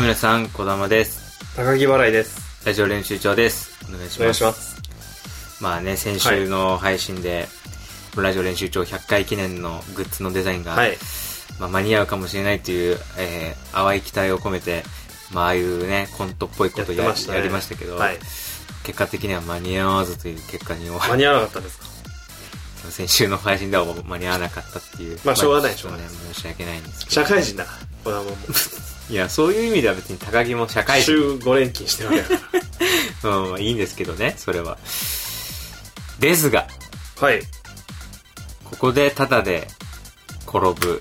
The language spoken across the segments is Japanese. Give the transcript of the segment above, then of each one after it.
皆さん、こだまです。高木払いです。ラジオ練習長です。お願いします。お願いします。まあね、先週の配信で、ラジオ練習長100回記念のグッズのデザインが、はい。まあ、間に合うかもしれないという、えー淡い期待を込めて、まあ、ああいうね、コントっぽいことややってましたねやりましたけど、はい。結果的には間に合わずという結果に終わ間に合わなかったですか先週の配信では間に合わなかったっていう。まあしょうがないちっとね、申し訳ないんですけど。社会人だから、こだまも。いや、そういう意味では別に高木も社会人。週5連勤してるわけだかうん、 まあいいんですけどね、それは。ですが、 ら。はい。ここでタダで転ぶ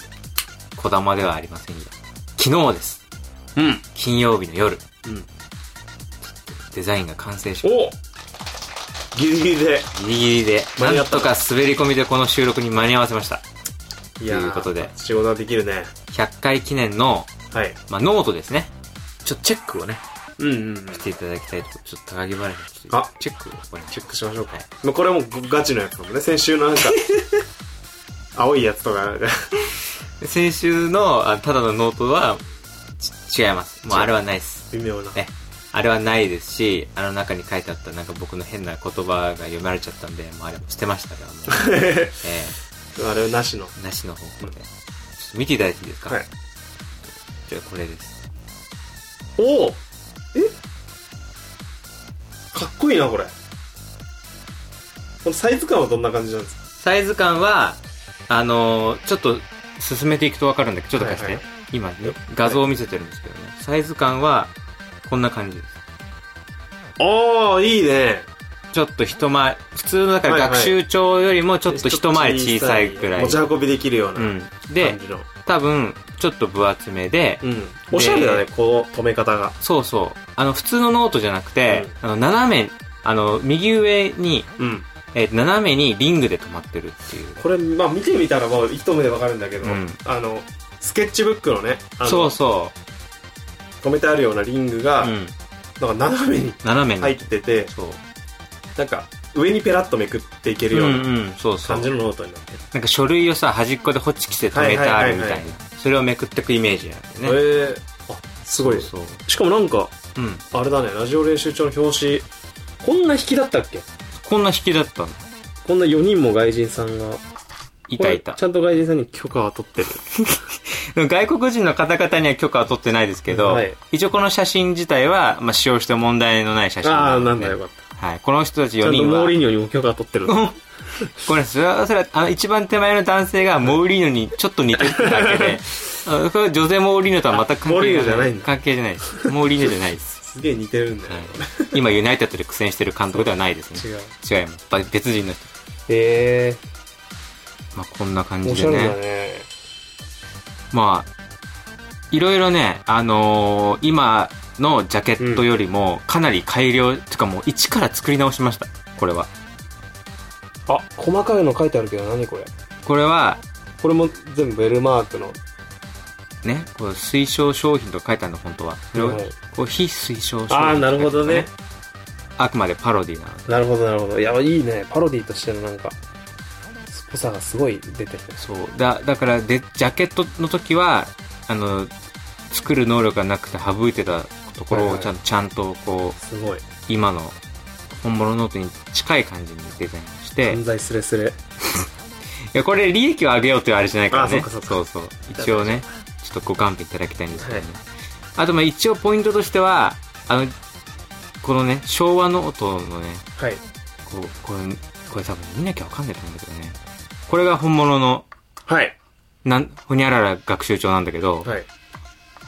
小玉ではありませんよ。昨日です。うん。金曜日の夜、うん。デザインが完成し、おギリギリで。ギリギリで、間にな合んったとか滑り込みでこの収録に間に合わせました。いということで仕事はできるね。 100回記念の、はい。まあ、ノートですね。ちょっとチェックをね、うんうんうん。していただきたいと。ちょっと高木原にちょっとあチェックをこれチェックしましょうかはい。もうこれはもうガチのやつだもんね。先週のな んか、青いやつとか、先週のあただのノートはち違います。もう違うあれはないです。微妙な。ね、あれはないですし、あの中に書いてあったなんか僕の変な言葉が読まれちゃったんで、もうあれも捨てましたが、 もう、えあれはなしの。ーなしの方向で。ちょっと見ていただいていいですか、はい。じゃあこれです。おおえかっこいいな、これ。このサイズ感はどんな感じなんですかサイズ感は、あのーちょっと進めていくとわかるんだけど、ちょっと貸して。はいは今ね、画像を見せてるんですけどね。サイズ感は、こんな感じです。ああ、いいね。ちょっと一回り、普通のだからはいはい学習帳よりもちょっと一回り小さいくらい。持ち運びできるようなう感ん。で、じの。多分、ちょっと分厚めで、うん。おしゃれだね、この止め方が。そうそう。あの、普通のノートじゃなくて、あの、斜め、あの、右上に、うん。えー斜めにリングで止まってるっていう。これ、まあ見てみたらもう一目でわかるんだけど、うんあの、スケッチブックのね、あのそうそ止めてあるようなリングが、う。うん。なんか斜めに斜めに。入ってて、そう。なんか上にペラッとめくっていけるよううんなうん、そうそう。感じのノートになってる。なんか書類をさ、端っこでホッチキスで止めてあるみたいな。はいはいはいそれをめくってくイメージなんだよね。へえあ、すごい。そうそしかもなんか、う。うん。あれだね、ラジオ練習帳の表紙、こんな引きだったっけこんな引きだったの。こんな4人も外人さんが。いたいたこれち。ゃんと外人さんに許可は取ってる。外国人の方々には許可は取ってないですけど、はい一応この写真自体は、まあ、使用して問題のない写真ああ、のでなんだよかった。はい。この人たちちゃ4んと人モはーリーニョにも許可は取ってる。うんこれ、それは、それは、あの、一番手前の男性がモーリーノにちょっと似てるだけ で、あのこれは女性モーリーノとは全く関係モーリーノじゃないんだ関係じゃないです。モーリーノじゃないです。すげえ似てるんだよはね。い、今、ユナイテッドで苦戦してる監督ではないですね。違う。違います。ば別人の人。へえまあ、こんな感おじしゃでれだね。ね。まあ、いろいろね、あのー今のジャケットよりも、かなり改良、てかもう一から作り直しました。これは。あ、細かいの書いてあるけど何これ。これは、これも全部ベルマークの。ね、こう推奨商品と書いてあるの、本当は。それをはいこう非推奨商品とかああ、なるほどね。。あくまでパロディなのでなるほど、なるほど。いや、いいね。パロディとしてのなんか、スポさがすごい出てる。そう。だ、だから、で、ジャケットの時は、あの、作る能力がなくて省いてたところはいをはいちゃん,、ちゃんと、こすごい。う、今の本物ノートに近い感じにデザインして、犯い罪スレスレ。や、これ利益を上げようというあれじゃないからね。あそそうかそうそう一応ね、ちょっとご勘弁いただきたいんですけどね。はあと、まあ一応ポイントとしては、あの、このね、昭和ノートのね、はい。こう、これ、これ多分見なきゃわかんないと思うんだけどね。これが本物の、はい。なん、ほにゃらら学習帳なんだけど、はい。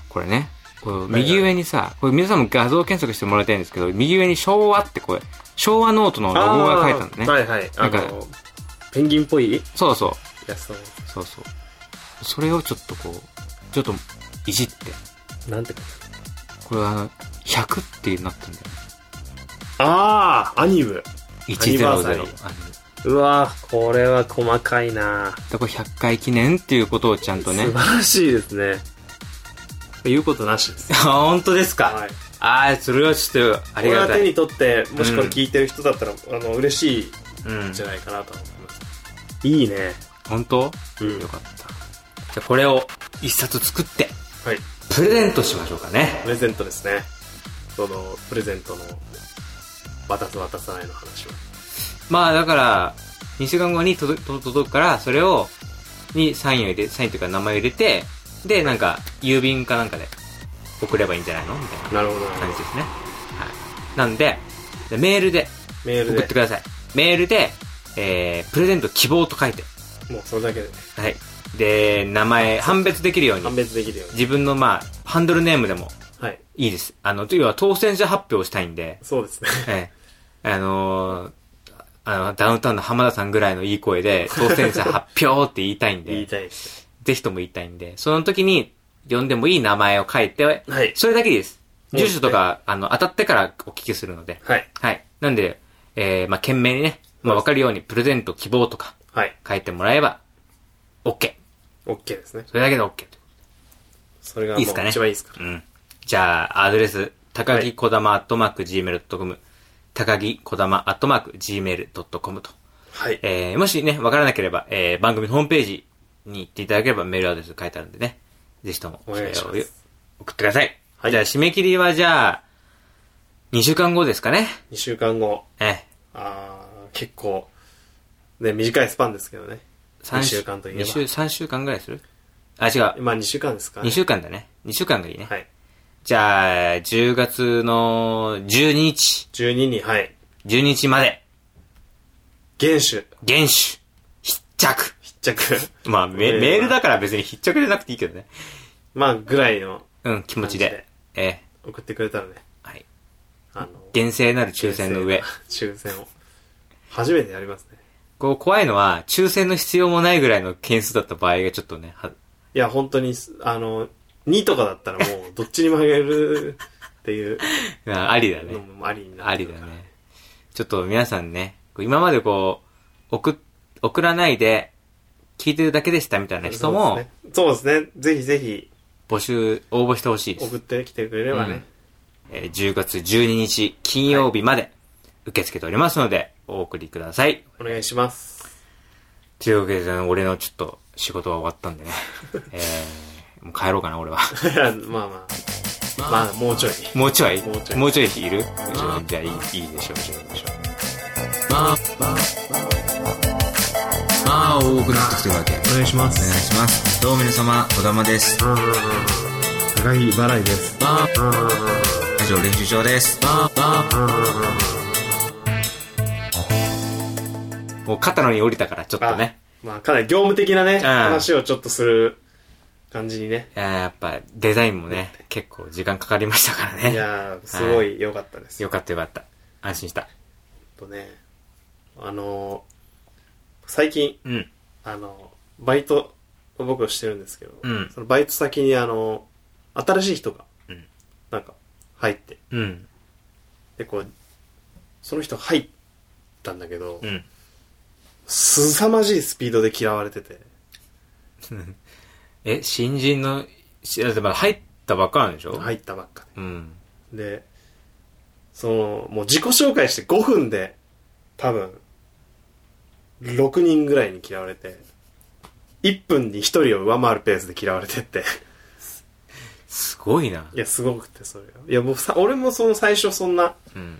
これね、こうはい右上にさ、これ皆さんも画像検索してもらいたいんですけど、右上に昭和ってこれ、昭和ノートのロゴが書いてあるのね。はいはい。あなんの、ペンギンっぽいそうそう、やつをそうそう。それをちょっとこう、ちょっといじって、なんて書いてこれはあの、100ってなってんだよね。あるああ、アニム。 100。アあニバーのサだリかーうわーこれは細かいならこれ100回記念っていうことをちゃんとね素晴。らしいですね。言うことなしです。 あ、本当ですか、はい。ああ、それはちょっと、あこりれがはた手い。に取って、もしこれ聞いてる人だったら、あの、嬉しいうんんじ。ゃないかなと思います。いいね。本当うんよかった。じゃあこれを一冊作って、はい。プレゼントしましょうかねプレゼントですねそのプレゼントの渡す渡さないの話をまあだから2週間後に届届届くからそれをにサインを入れサインというか名前を入れてでなんか郵便かなんかで送ればいいんじゃないのみたいななるほどなる感ほじどですね、はい、なんででメールでメール送ってでくださいメールで、えー、プレゼント希望と書いてもうそれだけではいで名前判別できるよう判に別できるように自分のまあハンドルネームでもはいいいですあのというは当選者発表をしたいんでそうですねええ。あのーあの、ダウンタウンの浜田さんぐらいのいい声で、当選者発表って言いたいん 言いで、たいですぜひとも言いたいんで、その時に呼んでもいい名前を書いて、はいそれだけです。そうで住すね所とか、あの、当たってからお聞きするので。はいはい。なんで、えー、まあ、懸命にね、まあ、わかるように、プレゼント希望とかはい書いてもらえば、OK。 OK ですねそれだけで OK。それがいもいうっ一すか番ねいいですからうん。じゃあ、アドレス、高は木いこだまアットマーク gmail.com、高木こだまアットマーク gmail.com と。はいえー、もしね、わからなければ、えー、番組のホームページに行っていただければメールアドレス書いてあるんでね。ぜひとも、お願いしますそれを送ってください。はいじゃあ、締め切りはじゃあ、2週間後ですかね。 2週間後えあー結構ね短いスパンですけどねー、三二週間といえば二週、3週間ぐらいするあ、違う。まあ2週間ですか2週間だね。2週間がいいね。はいじゃあ、10月の12日、 12にはい12日まで、厳守厳守、必着。必着 まあ、メえーメールだから別に必着じゃなくていいけどね。まあぐらいのうん、気持ちで。え送ってくれたらねー、はい。あの厳正なる抽選の上。抽選を初めてやりますねこう怖いのは、抽選の必要もないぐらいの件数だった場合がちょっとね、はいや本当にあの2とかだったらもうどっちにもあげるっていうあありだのね。もありに なあってりくだるねから。ちょっと皆さんね、こう今までこう、送っ、送らないで、聞いてるだけでしたみたいな人も、そうですねそうですねぜひぜひ募集、応募してほしいです。送ってきてくれればね、えー10月12日金曜日まで受け付けておりますので、お送りください。お願いします というわけで、俺のちょっと仕事は終わったんでね。えー、もう帰ろうかな、俺は。いやまあまあまあもうちょいもうちょいもうちょいもうちょいいるじゃあいいいいでしょう、いいでしょう。まあ、まあ、まあ、多くなってきてるわけ。お願お願いしまいすします。どうも皆様、小玉です。高木払いですまあ、以上練習場です。まあ、まあ、もう肩のに降りたから、ちょっとね。まあかなり業務的なねん話をちょっとする感じにねいやーやっぱ、デザインもね、結構時間かかりましたからいね。やーすごい良かったですよかったよかった。安心した。とねあのー最近うん。あのバイトを僕してるんですけど、うんそのバイト先にあの新しい人が、うんなんか入ってうん。でこうその人入ったんだけど、うん。凄まじいスピードで嫌われててえ、新人の、しだってまだ入ったばっかなんでしょ入ったばっかうん。ででそのもう自己紹介して5分で多分6人ぐらいに嫌われて1分に1人を上回るペースで嫌われてってすごいな。いや、すごくて、それが。いや、もうさ、俺もその最初そんな、うん。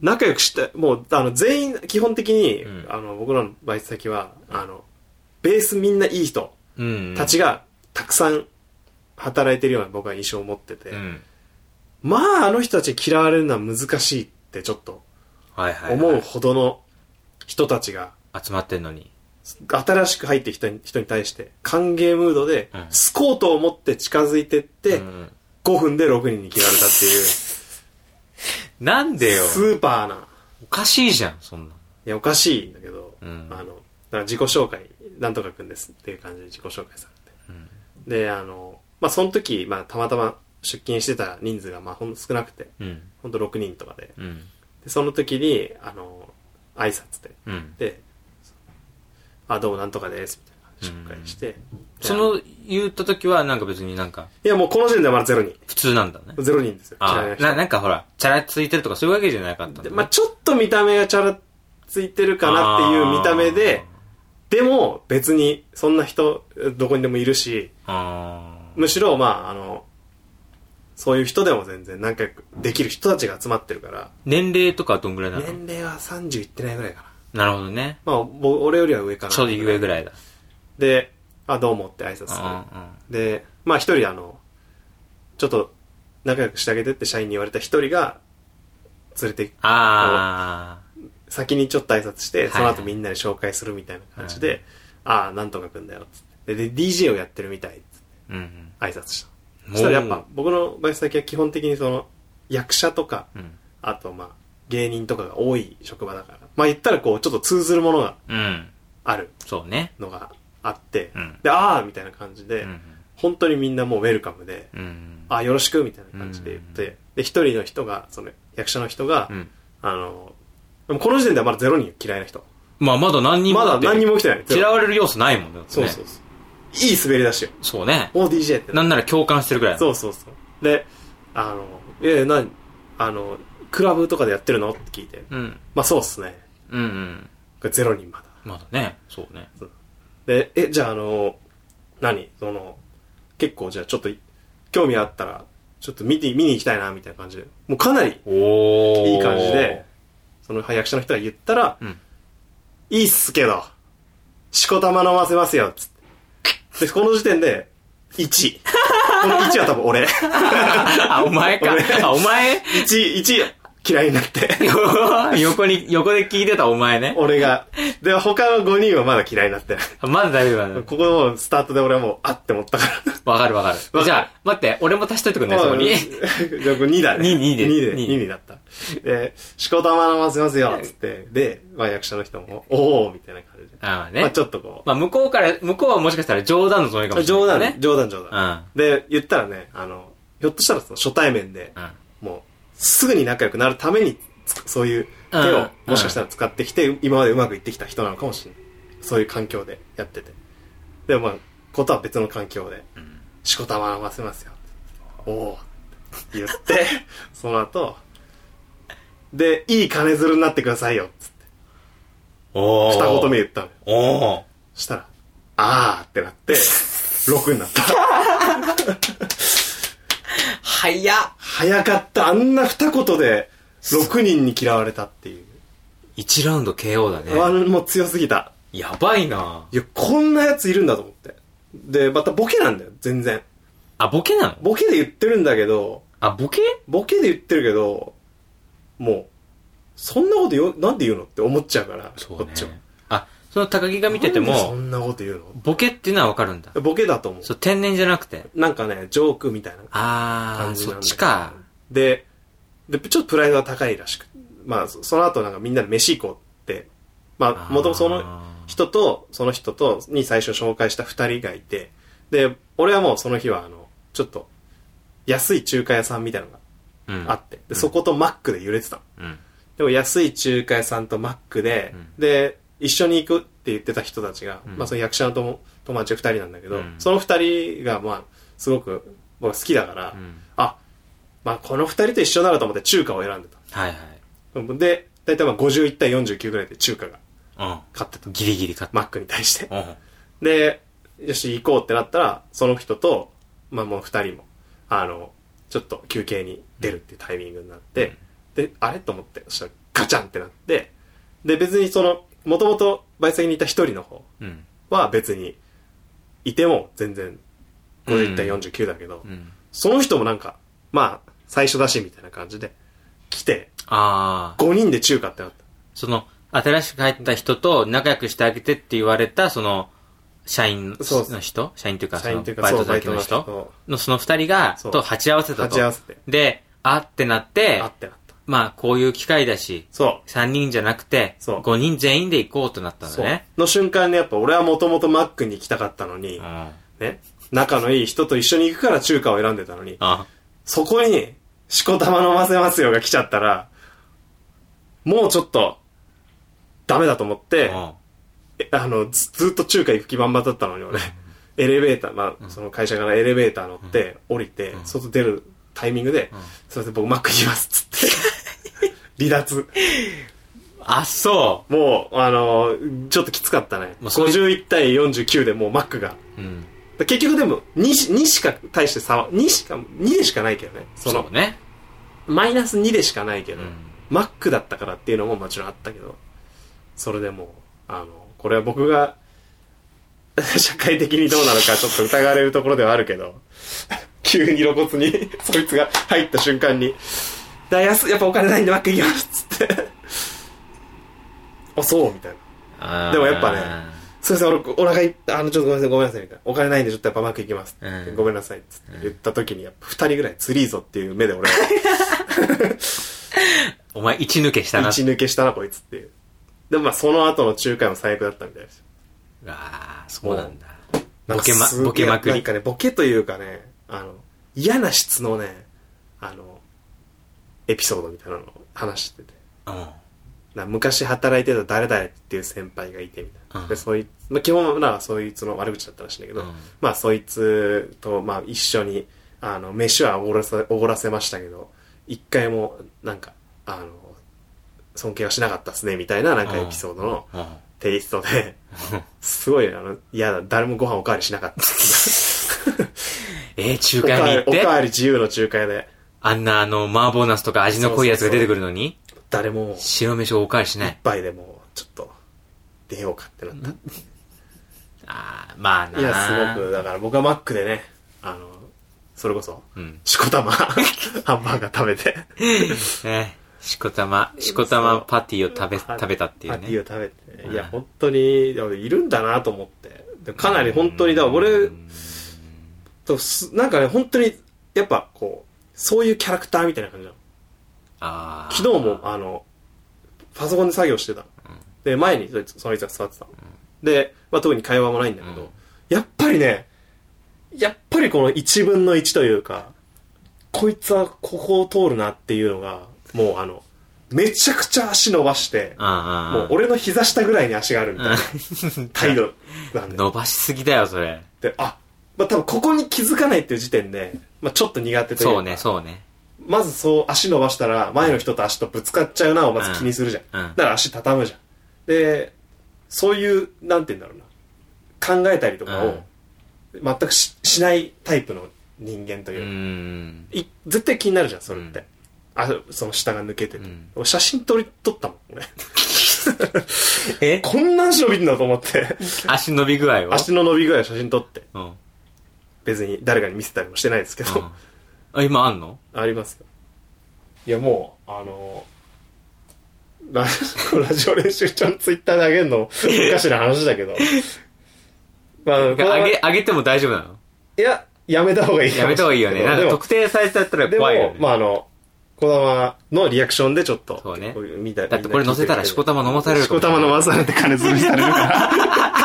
仲良くして、もう、あの、全員、基本的に、うんあの、僕らのバイト先は、あの、ベースみんないい人うん。たちが、たくさん働いてるような僕は印象を持ってて、うん。まあ、あの人たちに嫌われるのは難しいってちょっとはいはい、はい。思うほどの人たちが、集まってんのに。新しく入ってきた人に対して、歓迎ムードでうん、スコートを持って近づいてって、うん、 5分で6人に嫌われたっていう、なんでよ。スーパーな、おかしいじゃん、そんな。いや、おかしいんだけど、うんあの、だから自己紹介、なんとかくんですっていう感じで自己紹介されて。で、あの、まあ、その時、まあ、たまたま出勤してた人数が、まあ、ほんと少なくて、うん。ほんと6人とかで。うん。で、その時に、あの、挨拶で、うん。で、あ、どうもなんとかです、みたいな紹介して。でそあの、言った時は、なんか別になんか、いや、もうこの時点でまだゼロ人。普通なんだね。ゼロ人ですよ。嫌いあなあ、な、人なんかほら、チャラついてるとかそういうわけじゃなかったんだでねまあ、ちょっと見た目がチャラついてるかなっていう見た目で、でも別にそんな人どこにでもいるし、あむしろ、まあ、あの、そういう人でも全然仲良くできる人たちが集まってるから、年齢とかはどんぐらいなの、年齢は30いってないぐらいかな。なるほどね。まあ、ぼ俺よりは上かな。ちょうど上ぐい。らいだ。で、あ、どうもって挨拶うんうする。ん。で、まあ一人あの、ちょっと仲良くしてあげてって社員に言われた一人が、連れて、あ先にちょっと挨拶して、いその後みんなで紹介するみたいな感じで、ああ、なんとかくんだよ、つって。で、で DJ をやってるみたい、つってー。うんうん。挨拶した。おーそしたらやっぱ、僕のバイト先は基本的にその、役者とか、うん。あとまあ、芸人とかが多い職場だから、まあ言ったらこう、ちょっと通ずるものがうん。あるそうね。のがあって、うんで、ああみたいな感じうで、ん本当にみんなもうウェルカムで、うん。うん。あ、よろしくみたいな感じで言って、うんで、一人の人が、その役者の人が、うん。あの、でもこの時点ではまだゼロ人よ嫌いな人。まあ、まだ何人もまだって何にも来てない。ゼ嫌ロわれる要素ないもんね。そうそうそう。いい滑り出しよ。そうね。お、DJ って。なんなら共感してるぐらい。そうそうそう。で、あの、え、なに、あの、クラブとかでやってるのって聞いて。うん。まあそうっすね。うんうん。これゼロ人まだ。まだね。そうね。で、え、じゃああの、何その、結構じゃあちょっと、興味あったら、ちょっと見て、見に行きたいな、みたいな感じで。もうかなり、おー。いい感じで。、その役者の人が言ったら、うんいいっすけど、しこたま飲ませますよ、つって。で、この時点で、1。この1は多分 俺。あ、お前か。あ、お前 1、1嫌いになって。横に、横で聞いてたお前ね。俺が。で、他の5人はまだ嫌いになってない。まだ大丈夫だね。ここのスタートで俺はもう、あって思ったかわかるわかる。わじゃあ、待って、俺も足しといてくんら。ね、そこに。じゃあこれ2だね。二二で2で、二2になった。で、しこたま飲ませますよ、つって。で、まあ役者の人も、おー、みたいな感じで。ああまあね。ちょっとこうまあ、向こうから、向こうはもしかしたら冗談のつもりかもしれない。冗談ね。。冗談冗う談。ん。で、言ったらね、あの、ひょっとしたらその初対面で、うん。もう、すぐに仲良くなるために、つそういう手うをん、もしかしたら使ってきて、今までうまくいってきた人なのかもしれない。そういう環境でやってて。でもまあ、ことは別の環境で、しこたま飲ませますよ。おお言って、 その後、で、いい金づるになってくださいよ、つってお二言目言ったのよ。おー。したら、あーって なって、6になった。早っ。早かったあんな二言で6人に嫌われたっていう、 1ラウンド KO だあね。のもう強すぎたやばいないやこんなやついるんだと思ってでまたボケなんだよ全然あ、ボケなのボケで言ってるんだけどあ、ボケボケで言ってるけどもうそんなことよなんで言うのって思っちゃうからそうこねっちは。あ、その高木が見ててなんでそも、んなこと言うのボケっていうのはわかるんだ。ボケだと思そう、天然じゃなくて。うなんかねジョークみたいなあ感ー、じそなんだけっどちか。ででちょっとプライドが高いらしくまあそその後なんかみんなで飯行こうってまあ元々そのあー人と、その人と、に最初紹介した二人がいて、で、俺はもうその日は、あの、ちょっと、安い中華屋さんみたいなのがうんあって、で、そことマックで揺れてたの。うん。でも安い中華屋さんとマックで、うんで、一緒に行くって言ってた人たちが、うんまあその役者の友友達二人なんだけうど、んその二人が、まあ、すごく僕好きだから、うんあ、まあこの二人と一緒だろうと思って中華を選んではいはい。た。で、大体まあ51対49ぐらいで中華が勝っうてたん。。ギリギリ勝っマックに対して。た。うん。で、よし、行こうってなったら、その人と、まあもう二人も、あの、ちょっと休憩に出るっていうタイミングになって、で、あれと思って、そしたらガチャンってなって、で、別にその、もともとバイト先にいた一人の方うん。は別に、いても全然、50対49だけど、うん。その人もなんか、まあ、最初だしみたいな感じで、来て、あー。 5人で中華ってなった。その、新しく入った人と仲良くしてあげてって言われた、その、社員そうそのう人社員というか、そ社の員というか、バイそトう、バイ先トのの人人、のその二人が、そうと鉢合わせたと。鉢合わせてで、あってなってあ、ってなった。まあ、こういう機会だし、そう。三人じゃなくて、そう五人全員で行こうとなったんだね。そうの瞬間にやっぱ俺はもともとマックに行きたかったのに、うん。ね、仲のいい人と一緒に行くから中華を選んでたのに、あ、そこに、しこたま飲ませますよが来ちゃったら、もうちょっと、ダメだと思って、えあの、ずずっと中華行く気満々だったのに俺、エレベーター、まあ、その会社からエレベーター乗って、降りて、外出るタイミングで、すいません、僕マック行きます、つって、離脱。あ、そもう、あのーちょっときつかったね。まあそういう51対49でもうマックがう。うん。だ結局でも2し、2しか対して差は、2しか、2でしかないけどね。そのう、ね。マイナス2でしかないけうど、ん。マックだったからっていうのももちろんあったけど、それでもう、あの、これは僕が、 社会的にどうなのかちょっと疑われるところではあるけど、 急に露骨に、 そいつが入った瞬間に、だ安やっぱお金ないんでマック行きますっつって。 あ、そうみたいな。あーでもやっぱねすいません、俺、お腹いっあの、ちょっとごめんなさい、ごめんなさい、みたいな。お金ないんで、ちょっとやっぱマック行きます。うんごめんなさい、つって言った時に、やっぱ二人ぐらい釣りーぞっていう目で 俺は、お前、一抜けしたな。一抜けしたな、こいつっていう。でもまあ、その後の仲介も最悪だったみたいです。ああ、そうなんだ。なボんかケますげえボケまくりなんかね、ボケというかね、あの、嫌な質のね、あの、エピソードみたいなのを話してて。うん。な昔働いてた誰々っていう先輩がいてみたいな、うんでそいつ、まあ、基本はなそいつの悪口だったらしいんだけど、うんまあそいつと、まあ、一緒にあの飯はおごらせおごらせましたけど一回もなんかあの尊敬はしなかったっすねみたいななんかエピソードのうん。テイストで、 すごいあの嫌だ誰もご飯おかわりしなかったっすえー、中おか華わにり行っおかわて、り自由の仲介であんなあの、麻婆茄子とか味の濃いやつが出てくるのに、誰も白飯をおかわりしな一い。杯でもうちょっと出ようかってなったああ、まあな。いや、すごく、だから僕はマックでね、あの、それこそ、うん。しこ たま、ハンバーガー食べて、ね、しこたま、しこたまパティを食べ、食べたっていうパティね。を食べて、うんいや、本当に、でもいるんだなと思って。でもかなり本当に、だから俺うんとす、なんかね、本当に、やっぱこう、そういうキャラクターみたいな感じなの。ああ。昨日も、あの、パソコンで作業してたの。で、前にそいつ、そのいつが座ってたの。で、まあ特に会話もないんだけど、うんやっぱりね、やっぱりこの1分の1というか、こいつはここを通るなっていうのが、もうあの、めちゃくちゃ足伸ばして、ああ。もう俺の膝下ぐらいに足があるみたいな態度なん で。伸ばしすぎだよ、それ。 であ、まあ多分ここに気づかないっていう時点で、まあちょっと苦手というか、そうね、そうね。まずそう足伸ばしたら前の人と足とぶつかっちゃうなをまず気にするじゃん、うんうんだから足畳むじゃんでそういうなんて言うんだろうな考えたりとかを全くししないタイプの人間とういう、ん。い絶対気になるじゃんそれって、うんあその下が抜けてて、うん俺写真撮り撮ったもん俺え こんな足伸びんだと思って足伸び具合を足の伸び具合を写真撮ってうん。うん別に誰かに見せたりもしてないですけど、あ、今あんのありますよ。いや、もう、あの、ララジオ 練習帳のツイッターであげるの、おかしな話だけど。まあ、これは あげ、あげても大丈夫なのいや、やめた方がいいかもしれやなめた方がいいよね。なんか特定されちゃったらでも、怖いよでもまね。あ、あの、こだまのリアクションでちょっと。そうねこいう見ただってこれ載せたらしこたま飲まされるしかもしこれなたいま飲まされて 金づるにされるから。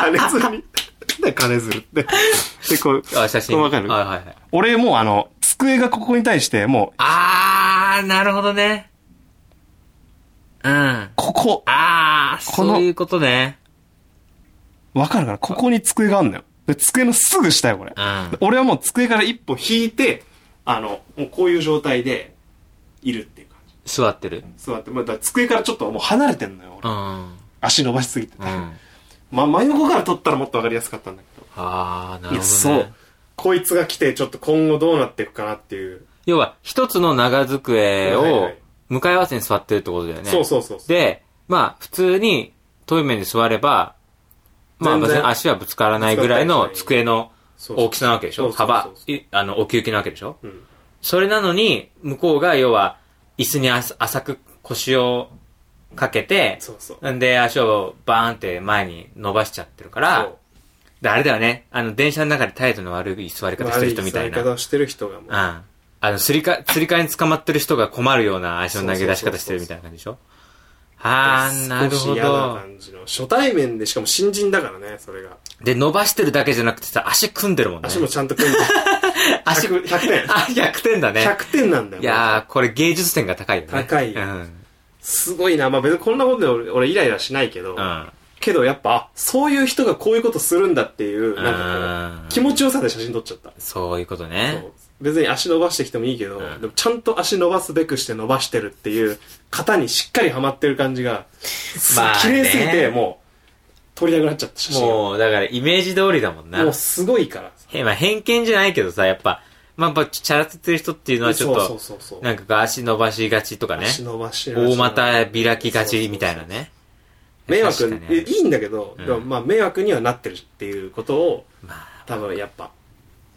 金づるに。なんだ金づるって。で、こう、あ、写真。わかるはいはいはい。俺もうあの、机がここに対して、もう、あー、なるほどね。うん。ここ、あー、このそういうことね。わかるから、ここに机があんのよ。で、机のすぐ下よ、これう。ん。俺はもう机から一歩引いて、あの、もうこういう状態で、いるっていう感じ。座ってる。座って、まあ、だから机からちょっともう離れてんのうよ、俺。ん。足伸ばしすぎて。うん。ま、真横から撮ったらもっとわかりやすかったんだけど。あー、なるほど、いね。や、そう。こいつが来て、ちょっと今後どうなっていくかなっていう。要は、一つの長机はいはをい、向かい合わせに座ってるってことだよね。そうそうそうそう。で、まあ、普通に、遠い面で座れば、まあ、全然別に足はぶつからないぐらいのぶつかったり机のそうそう大きさなわけでしょそうそうそう幅、いあの、奥行きなわけでしょうん。それなのに、向こうが、要は、椅子にあす浅く腰をかけて、そうそう。なんで足をバーンって前に伸ばしちゃってるから、そうであれだよね、あの、電車の中で態度の悪い座り方してる人みたいな。悪座り方をしてる人がもううん。あの、すりか、つり替えに捕まってる人が困るような足の投げ出し方してるみたいな感じでしょあー、なる少しほ嫌など。感じの。初対面で、しかも新人だからね、それが。で、伸ばしてるだけじゃなくてさ、足組んでるもんね。足もちゃんと組んで。 足100 100点。あ、100点だね。 100点なんだよ。いやー、これ芸術点が高いよね。高いうん。うん。すごいな。まあ別にこんなことで俺俺イライラしないけど、あけどやっぱ、あそういう人がこういうことするんだっていう、なんかこーう、気持ちよさで写真撮っちゃった。そういうことそねう。別に足伸ばしてきてもいいけど、うんでもちゃんと足伸ばすべくして伸ばしてるっていう、型にしっかりハマってる感じが、まあね綺麗すぎて、もう、撮りたくなっちゃった写真が。もう、だからイメージ通りだもんな。もうすごいから。へまあ、偏見じゃないけどさ、やっぱ、まあ、やっぱ、チャラつってる人っていうのはちょっそと、うそうそうそう。なんかこう足伸ばしがちとかね、足伸ばし大股開きがちみたいな。ね。迷惑確かにあるいいんだけど、うんでもまあ迷惑にはなってるっていうことをまあ、多分やっぱ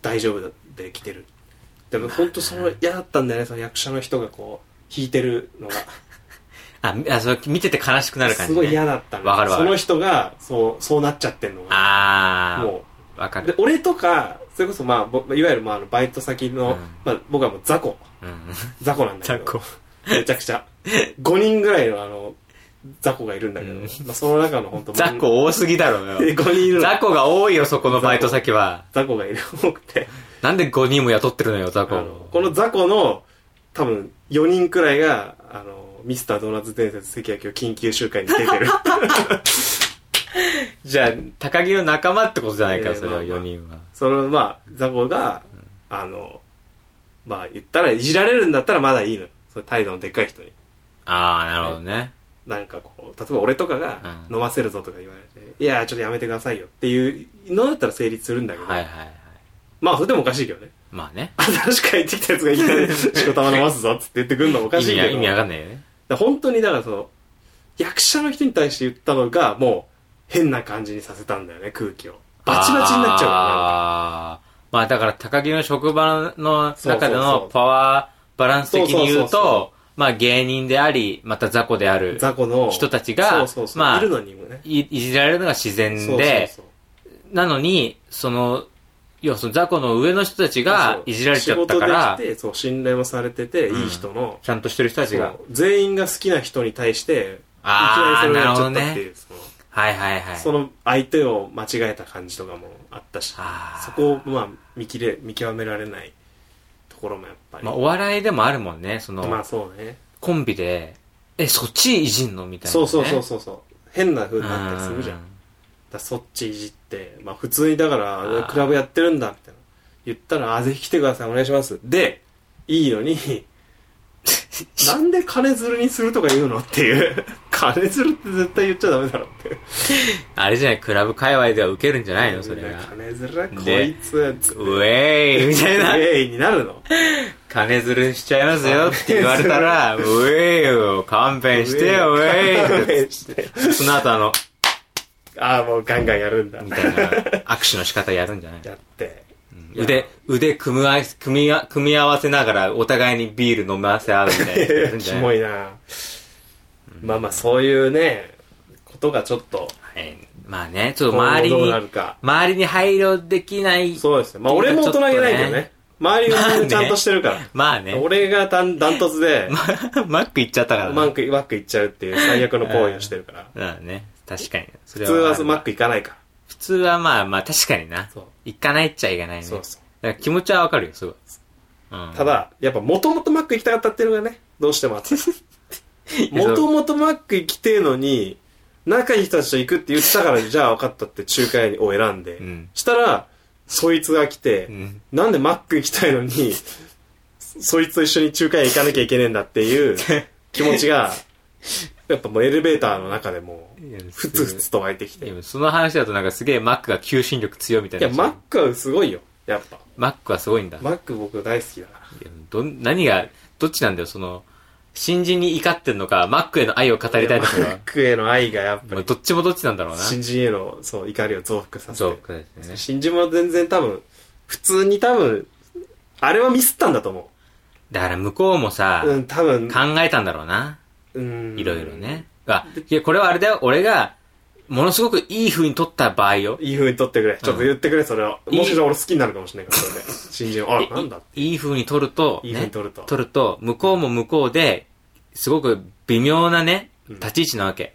大丈夫だって来てるでも本当その嫌だったんだよねその役者の人がこう弾いてるのがあ、みあそう見てて悲し くなる感じ、すね。ごい嫌だったのわかるわかそるの人がそうそうなっちゃってんのがあー、もわかうでる。俺とかそれこそまあぼいわゆるまああのバイト先の、うんまあ、僕はもう雑魚うん。 雑魚なんだけ雑ど魚。めちゃくちゃ5人ぐらいのあの雑魚がいるんだけど、うんまあ、その中の本当雑 魚多すぎだろう5よ。人いるの雑魚が多いよ、そこのバイト先は。雑魚がいる多くてなんで5人も雇ってるのよ、雑あ魚の。この雑魚の多分4人くらいがあのミスタードーナツ伝説関焼を緊急集会に出て るじゃあ、高木の仲間ってことじゃないか、えーそれまあはまあ4人は。そのまあ雑魚があのまあ言ったらいじられるんだったらまだいいのその態度のでっかい人にあー、なるほどね。なんかこう例えば俺とかがうん飲ませるぞとか言われて、いやーちょっとやめてくださいよっていうのだったら成立するんだけど、はいはいはい。まあそれでもおかしいけどねまあね。新しく帰ってきたやつがいきなり 仕事は飲ますぞっつって言ってくるのもお意かしい味けはど意味わかんないよね。だから本当にだからその役者の人に対して言ったのがもう変な感じにさせたんだよね空気をバチバチになっちゃうかあーまあだから高木の職場の中でそうそうそのうパワーバランス的に言そうそううそうとそ、まあ芸人であり、また雑魚であらる。雑魚の人たちがそうそうそう、まあいるのにもねいいじられるのが自然そうで、そうなのに、その、要はその雑魚の上の人たちがいじられちゃったから仕事、できてそう信頼もされてて、うんいい人のちゃんとしてる人たちがそ。う全員が好きな人に対していきあーなりそれをやっちゃったっていう、そのはいはいはい。その相手を間違えた感じとかもあったしあーそこをまあ見切れ見極められないところもやっぱり、まあお笑いでもあるもんね、そまのあ、そうねコンビで、え、そっちいじんのみたいなね。そうそうそうそうそう変な風になったりするじゃうんだからそっちいじって、まあ、普通にだからあークラブやってるんだみたいな言ったら「あぜひ来てくださいお願いします」でいいの になんで金づるにするとか言うのっていう金づるって絶対言っちゃダメだろってあれじゃない、クラブ界隈ではウケるんじゃないのそれが。金づるはこでいつつってウェーイみたいなウ。ェイになるの金づるしちゃいますよって言われたら、ウェーイよ、勘弁してよ、ウェーイ してその後あの、ああもうガンガンやるんだみたいな握手の仕方やるんじゃないやって腕、腕組み合わせ、組みあ組み合わせながらお互いにビール飲ませ合うみたいなやつやるんじ キゃないモいなまあまあそういうねことがちょっとはいまあね、ちょっと周り今後にどうなる、か周りに配慮できない。そうですね。まあ俺も大人げないけどね。周りがみんなちゃんとしてるから。まあね。俺がダンダントツで、 マック行っちゃったからねマック、マック行っちゃうっていう最悪の行為をしてるから。まあね。確かに。そ普れ通はマまック行かないから。普通はまあまあ確かになそう。行かないっちゃ行かないね。そうそうだから気持ちはわかるよ、すごい。うんた、だ、やっぱ元々マック行きたかったっていうのがね、どうしてもあって。やそう元々マック行きてえのに、仲いい人たちと行くって言った から、じゃあ分かったって仲介を選んで。うんしたら、そいつが来て、うんなんでマック行きたいのに、そいつと一緒に仲介行かなきゃいけねえんだって いう気持ちが、やっぱもうエレベーターの中でもいや、ふつふつと湧いてきて。でいもその話だとなんかすげえマックが求心力強いみたいな。や、マックはすごいよ。やっぱ。マックはすごいんだ。マック僕大好きだから。いやどん、何が、どっちなんだよ、その、新人に怒ってんのか、マックへの愛を語りたいのマかッは。クへの愛がやっぱもうり、どっちもどっちなんだろうな。新人へのそう怒りを増幅させそてう、。そうですね。新人も全然多分、普通に多分、あれはミスったんだと思だから向こうもさ、う。うん、多分、考えたんだろうな。うんいろいろ。ね。あ、いや、これはあれだよ、俺が、ものすごくいい風に取った場合よ。いい風に撮ってくれ。ちょっと言ってくれ、それを。いいもしかしたら俺好きになるかもしれないから、それで。新人、あ、なんだいいい風に取ると、いい風に撮ると取ると、向こうも向こうで、すごく微妙なね、うん立ち位置なわけ。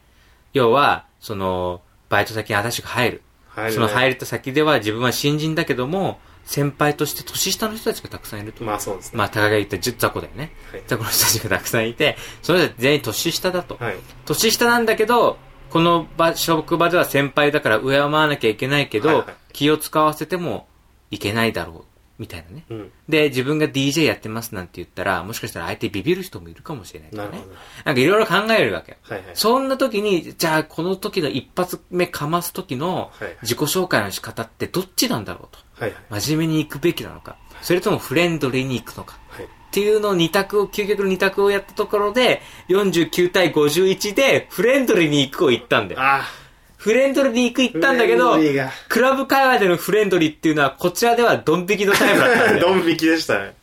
要は、その、バイト先に新しく入る。入ねその入った先では自分は新人だけども、先輩として年下の人たちがたくさんいると。まあそうですね。まあ、高木が言った10雑魚だよね。はい雑魚の人たちがたくさんいて、それ人たち全員年下だと。はい。年下なんだけど、この場、職場では先輩だから敬わなきゃいけないけど、はいはい気を使わせてもいけないだろう。みたいなね。うん。で、自分が DJ やってますなんて言ったら、もしかしたら相手ビビる人もいるかもしれないとかなるねほど。なんかいろいろ考えるわけよ。はいはい。そんな時に、じゃあこの時の一発目かます時のはいはい自己紹介の仕方ってどっちなんだろうはいはと。い。真面目に行くべきなのか、それともフレンドリーに行くのか。はい。っていうのを二択を、究極の二択をやったところで、49対51で、フレンドリーに行くを言ったんだよ。あフレンドリーに行く行あ。ったんだけどフ、レンドリ ーがクラブ界隈でのフレンドリーっていうのは、こちらではドン引きのタイプだったんだよ。ドン引きでしたね。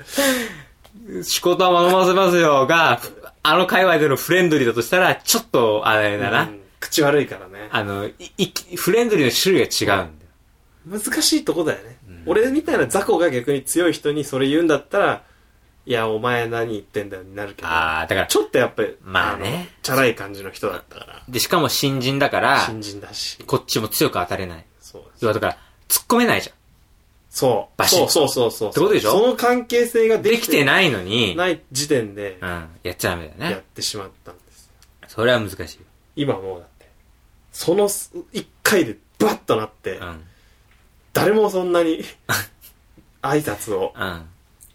仕事は学ばせますよが、あの界隈でのフレンドリーだとしたら、ちょっと、あれだな。うん口悪いからね。あの、いいフレンドリーの種類が違うんだよ。難しいとこだよね。俺みたいな雑魚が逆に強い人にそれ言うんだったら、いや、お前何言ってんだよになるけど。ああ、だから、ちょっとやっぱり、まあねのチャラい感じの人だったから。で、しかも新人だから、新人だし。こっちも強く当たれない。そうです要はだから、突っ込めないじゃそう。バシッそうそうそうそう。ってことでしょその関係性がん。できてい。ないのに、ない時点でう、ん、やっちゃダメだよやっね。てしまったんですよ。それは難しい。今もうだって、そのす一回でバッとなってう、ん、誰もそんなに 挨拶をうん。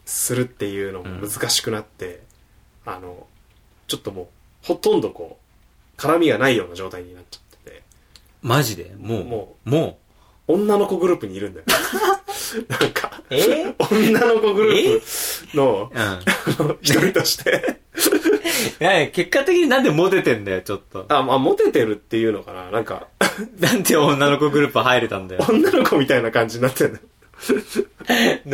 するっていうのも難しくなって、あの、ちょっともう、ほとんどこう、絡みがないような状態になっちゃってて、マジでもう、もう、も女の子グループにいるんだ よ。なんか、えー女の子グループ のう、うん。あの一人として、え結果的になんでモテてんだよ、ちょっと。 あ、まあ、モテてるっていうのかななんか、なんで女の子グループ入れたん だよ。女の子みたいな感じになってんだよ。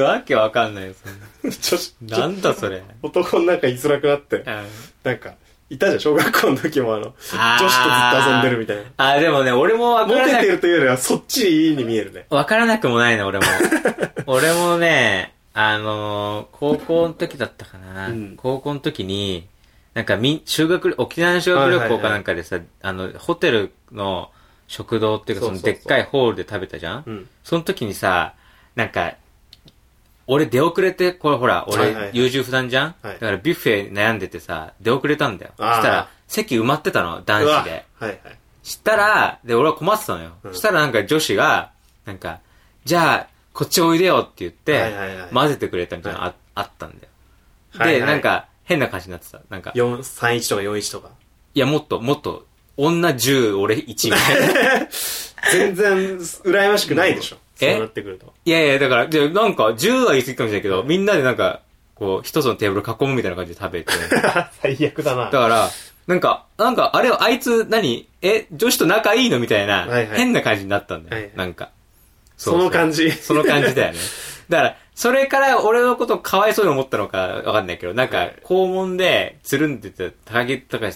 わけわかんないよ、そんな女子なんだそれ。男の中居づらくなって、あなんか、いたじゃん、小学校の時もあの、女子あーとずっと遊んでるみたいな。あ、でもね、俺もわモからテなてく、るというよりは、そっちに見えるね。わからなくもないね、 俺も。俺もね、あのー高校の時だったかな。うん高校の時に、なんかみん、修学旅、沖縄の修学旅行かなんかでさ、あの、ホテルの食堂っていうか、そそうそうのそでっうかいホールで食べたじゃんうん。その時にさ、なんか、俺出遅れて、これほら、はいはいは俺い優柔不断じゃん、はいだからビュッフェ悩んでてさ、出遅れたんだよ。そあーしたら、席埋まってたの、男う子わはいで。はい。したら、で、俺は困ってたのよ。うんしたらなんか女子が、なんか、じゃあ、こっちおいでよって言って、はいはいはい混ぜてくれたみたいなのあ,、あったんだよ。で、はいはいなんか、変な感じになってた。なんか、 4、31とか41とか。いや、もっと、もっと、女10、俺1みたいな。全然、羨ましくないでしょ。えそうなってくると。 いやいや、だから、じゃあなんか、10は言い過ぎかもしれないけど、みんなでなんか、こう、一つのテーブル囲むみたいな感じで食べて。 だ最悪だな。から、なんか、なんか、あれは、あいつ、何え、女子と仲いいのみたいな、はいはい変な感じになったんだよ。はいはいなんか。その感じ。その 感じだよね。だから、それから俺のことかわいそうに思ったのかわかんないけど、なんはかい、校門でつるんでた高木とか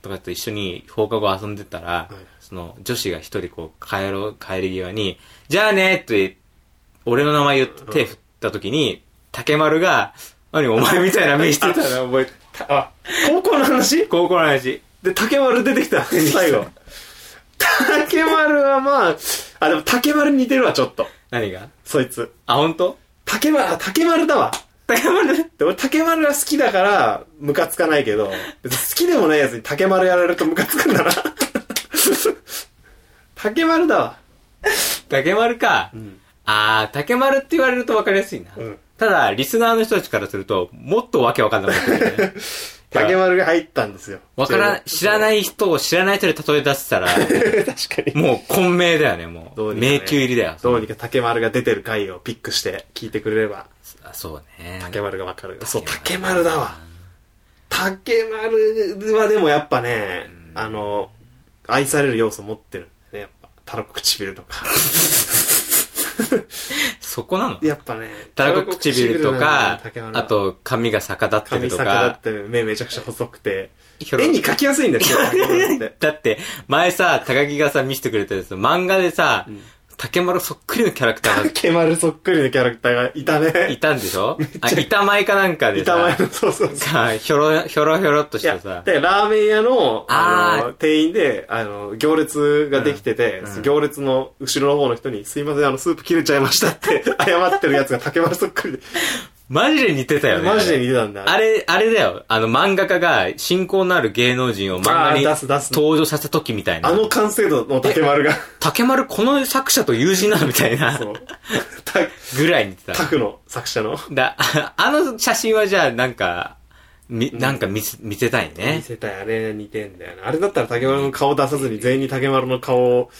とかと一緒に放課後遊んでたら、いその女子が一人こう帰ろう、帰り際に、じゃあねって、俺の名前言って手振った時に、竹丸が、何お前みたいな目してた の覚えて、あ、高校の話高校の話。で、竹丸出て きた。最後。竹丸はまあ、あ、でも竹丸似てるわ、ちょっと。何がそいつ。あ、本当？竹丸、あ、竹丸だわ。竹丸で、俺竹丸が好きだから、ムカつかないけど、別に好きでもないやつに竹丸やられるとムカつくんだな。 竹丸だわ。竹丸か。んあー、竹丸って言われると分かりやすいな。うんただ、リスナーの人たちからすると、もっとわけわかんなくなってく るね。竹丸が入ったんですよ。わからん、知らい。ない人を知らない人で例え出したら、 確かに。もう混迷だよね、もどう。うにかね迷宮入りだよ。どうにか竹丸が出てる回をピックして聞いてくれれば、あそうね。竹丸がわかる。そう、竹竹丸丸だわ。竹丸はでもやっぱね、あの、愛される要素持ってるんだよね、やっぱ。たらこ唇と か。そこなのやっぱね、たらこ唇とかたらこ唇なんだよね、あ、と、髪が逆立って髪ると逆だっか、て目めちゃくちゃ細くて、ひょろ絵に描きやすいんだ よ、竹丸って。だって、前さ、高木がさ、見せてくれたやつ、漫画でさ、竹丸そっくりのキャラクター竹丸そっくりのキャラクターがいたがいね。たんでし ょあ、板前かなんかでいさた、前の、そうそうそう。さ、ひょろ、ひょろひょろっといしや、てだかさ、らラーメン屋の、ああの、店員で、あの、行列ができてて、うんうん行列の 後ろの方の人に、すいません、あの、スープ切れちゃいましたって謝ってるやつが竹丸そっくりで、マジで似てたよね。マジで似てたんだ。あれ、あれだよ。あの、漫画家が、信仰のある芸能人を漫画にあー出す出す登場させた時みたいな。あの完成度の竹丸が、竹丸この作者と友人なのみたいな そ、の、た、ぐらい似てたタ。クの作者の、だ、あの写真はじゃあ、なんか、み、なんか見せ、見せたい見ね。せたよね、似てんだよな。あれだったら竹丸の顔出さずに全員に竹丸の顔を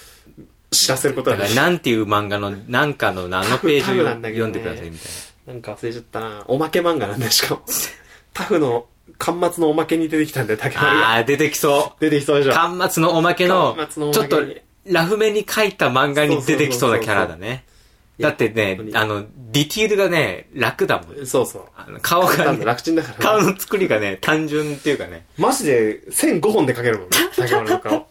知らせることだはかでら、きななんていう漫画の、なんかの、あのページを多分なんだけ読どんでねくださいみたいんか忘れちゃったな。おまけ漫画なんだよ、しかも。タフの、巻末のおまけに出てきたんだよ、竹丸な。が。あー、出てきそ出てきそうでしう。ょ。端末のおまけの巻末の、おちょまっけにと、ラフめに書いた漫画に出てきそうなキャラだね。そうそうそうそうだってねい、やあの、ディティールがね、楽だもん。そうそう。あの顔簡が単ねだ、楽ちんだから。顔の作りがね、単純っていうかね、マジで線5本で描けるもんね。竹丸の顔。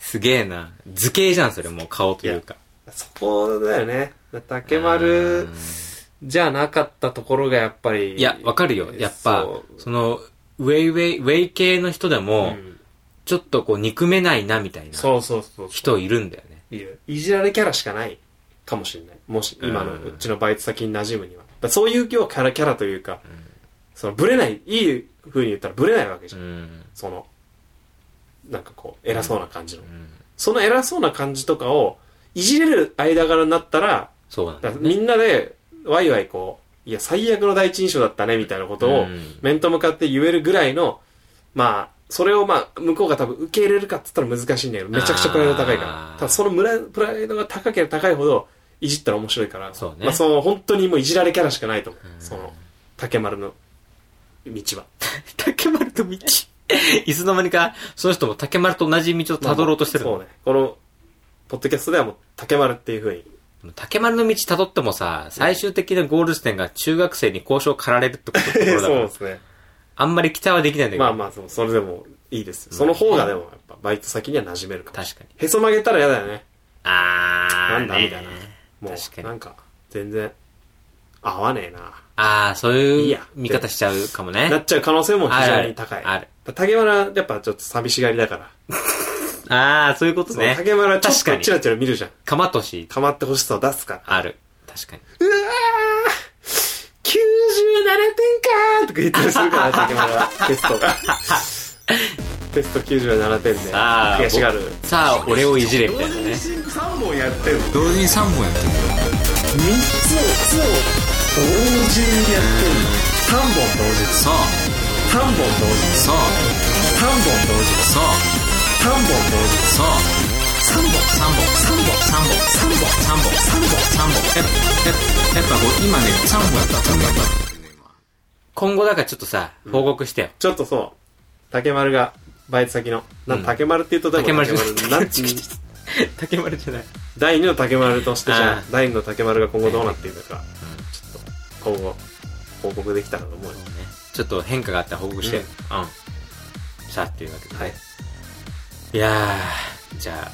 すげえな。図形じゃん、それもう顔というか。そこだよね。竹丸じゃなかったところがやっぱり。いや、わかるよ。やっぱそ、その、ウェイウェイ、ウェイ系の人でううも、んちょっとこう、憎めないな、みたいなそうそうそう。人いるんだよね。いる。いじられキャラしかないかもしれない。もし、今のうんうちのバイト先に馴染むには。だからそういう今日キャラキャラというか、その、ブレない、いい風に言ったらブレないわけじうゃん。ん。その、なんかこう、偉そうな感じの。うんその偉そうな感じとかを、いじれる間柄になったら、そうなんだだよからね。みんなで、ワイワイこう、いや、最悪の第一印象だったね、みたいなことうをん、面と向かって言えるぐらいの、まあ、それをまあ、向こうが多分受け入れるかって言ったら難しいんだけど、めちゃくちゃプライド高いかあーら。ただそのむらプライドが高ければ高いほど、いじったら面白いから。そうねまあ、その、本当にもういじられキャラしかないと思う。その、竹丸の道は。竹丸と道。いつの間にか、その人も竹丸と同じ道を辿ろうとしてるそうの。ね。この、ポッドキャストではもう竹丸っていうふうに。竹丸の道辿ってもさ、最終的なゴール地点が中学生に交渉を駆られるってことだ そうかでら、すね。あんまり期待はできないんだけど。まあまあ、そうそれでもいいですよ。その方がでも、やっぱ、バイト先には馴染めるかも。確かに。へそ曲げたら嫌だよね。あー。なんだねみたいな。も確かう、になんか、全然、合わねえな。あー、そういいいうや見方しちゃうかもね。なっちゃう可能性も非常に高い。あるある竹丸、やっぱちょっと寂しがりだから。あー、そういうことそうね。竹丸はちょっ確かとにチラチラ見るじゃん。かまとし、かまってほしさを出すから。ある。確かに。うわー !97 点かーとか言ったりするから、竹丸は。 テストが。テスト97点で、あー悔しがる。さあ、俺をいじれみたいなね。 3本やってるの同時に3本やってる3つをそうそうそう同時にやってる3本同時3本同時3本同時3本同時そう3本3本3本3本3本3本3本やっぱやっぱこう今ね3本やった3本やった今後だからちょっとさ、報告してよ。ちょっとそう竹丸がバイト先のなうん竹丸って言うとでも竹丸じゃないなん竹丸じゃない。第2の竹丸としてじあゃあー第2の竹丸が今後どうなっていくのかちょっと今後報告できたらと思うよちょっと変化があったら報告して。ううんん。さあ、っていうわけで。はいいやー、じゃあ、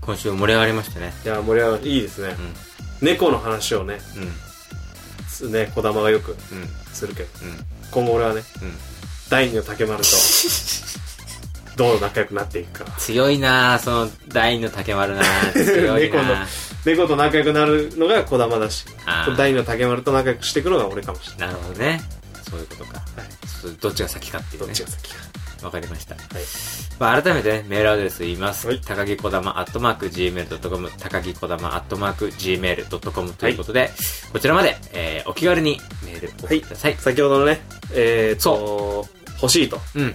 今週盛り上がりましたね。いや盛り上がるいいですね猫の話をねうん。うん。すね児玉がよくうん。するけどうん。今後俺はねうん。第2の竹丸とどう仲良くなっていくか強いなー、その、第二の竹丸なー。強い 猫のなー。猫と仲良くなるのが児玉だしあー第二の竹丸と仲良くしていくのが俺かもしれないなるほどね。そういうことか。はいちょっとどっちが先かっていうどっね。ちが先かわかりました。はいまあ、改めてね、メールアドレス言います。はい高木こだま、アットマーク、gmail.com、高木こだま、アットマーク、gmail.com ということで、こちらまで、えー、お気軽にメールを送ってください。先ほどのねえー、と欲しいとうん。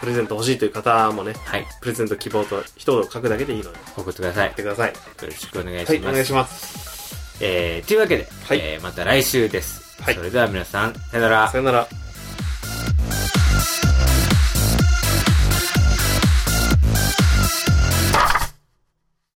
プレゼント欲しいという方もねはい。プレゼント希望と一言書くだけでいいのでや送ってくださいっ。てくださいよろしくお願いします。はいお願いしますえー、というわけで、はいえー、また来週です。はいそれでは皆さん、さよなら。さよなら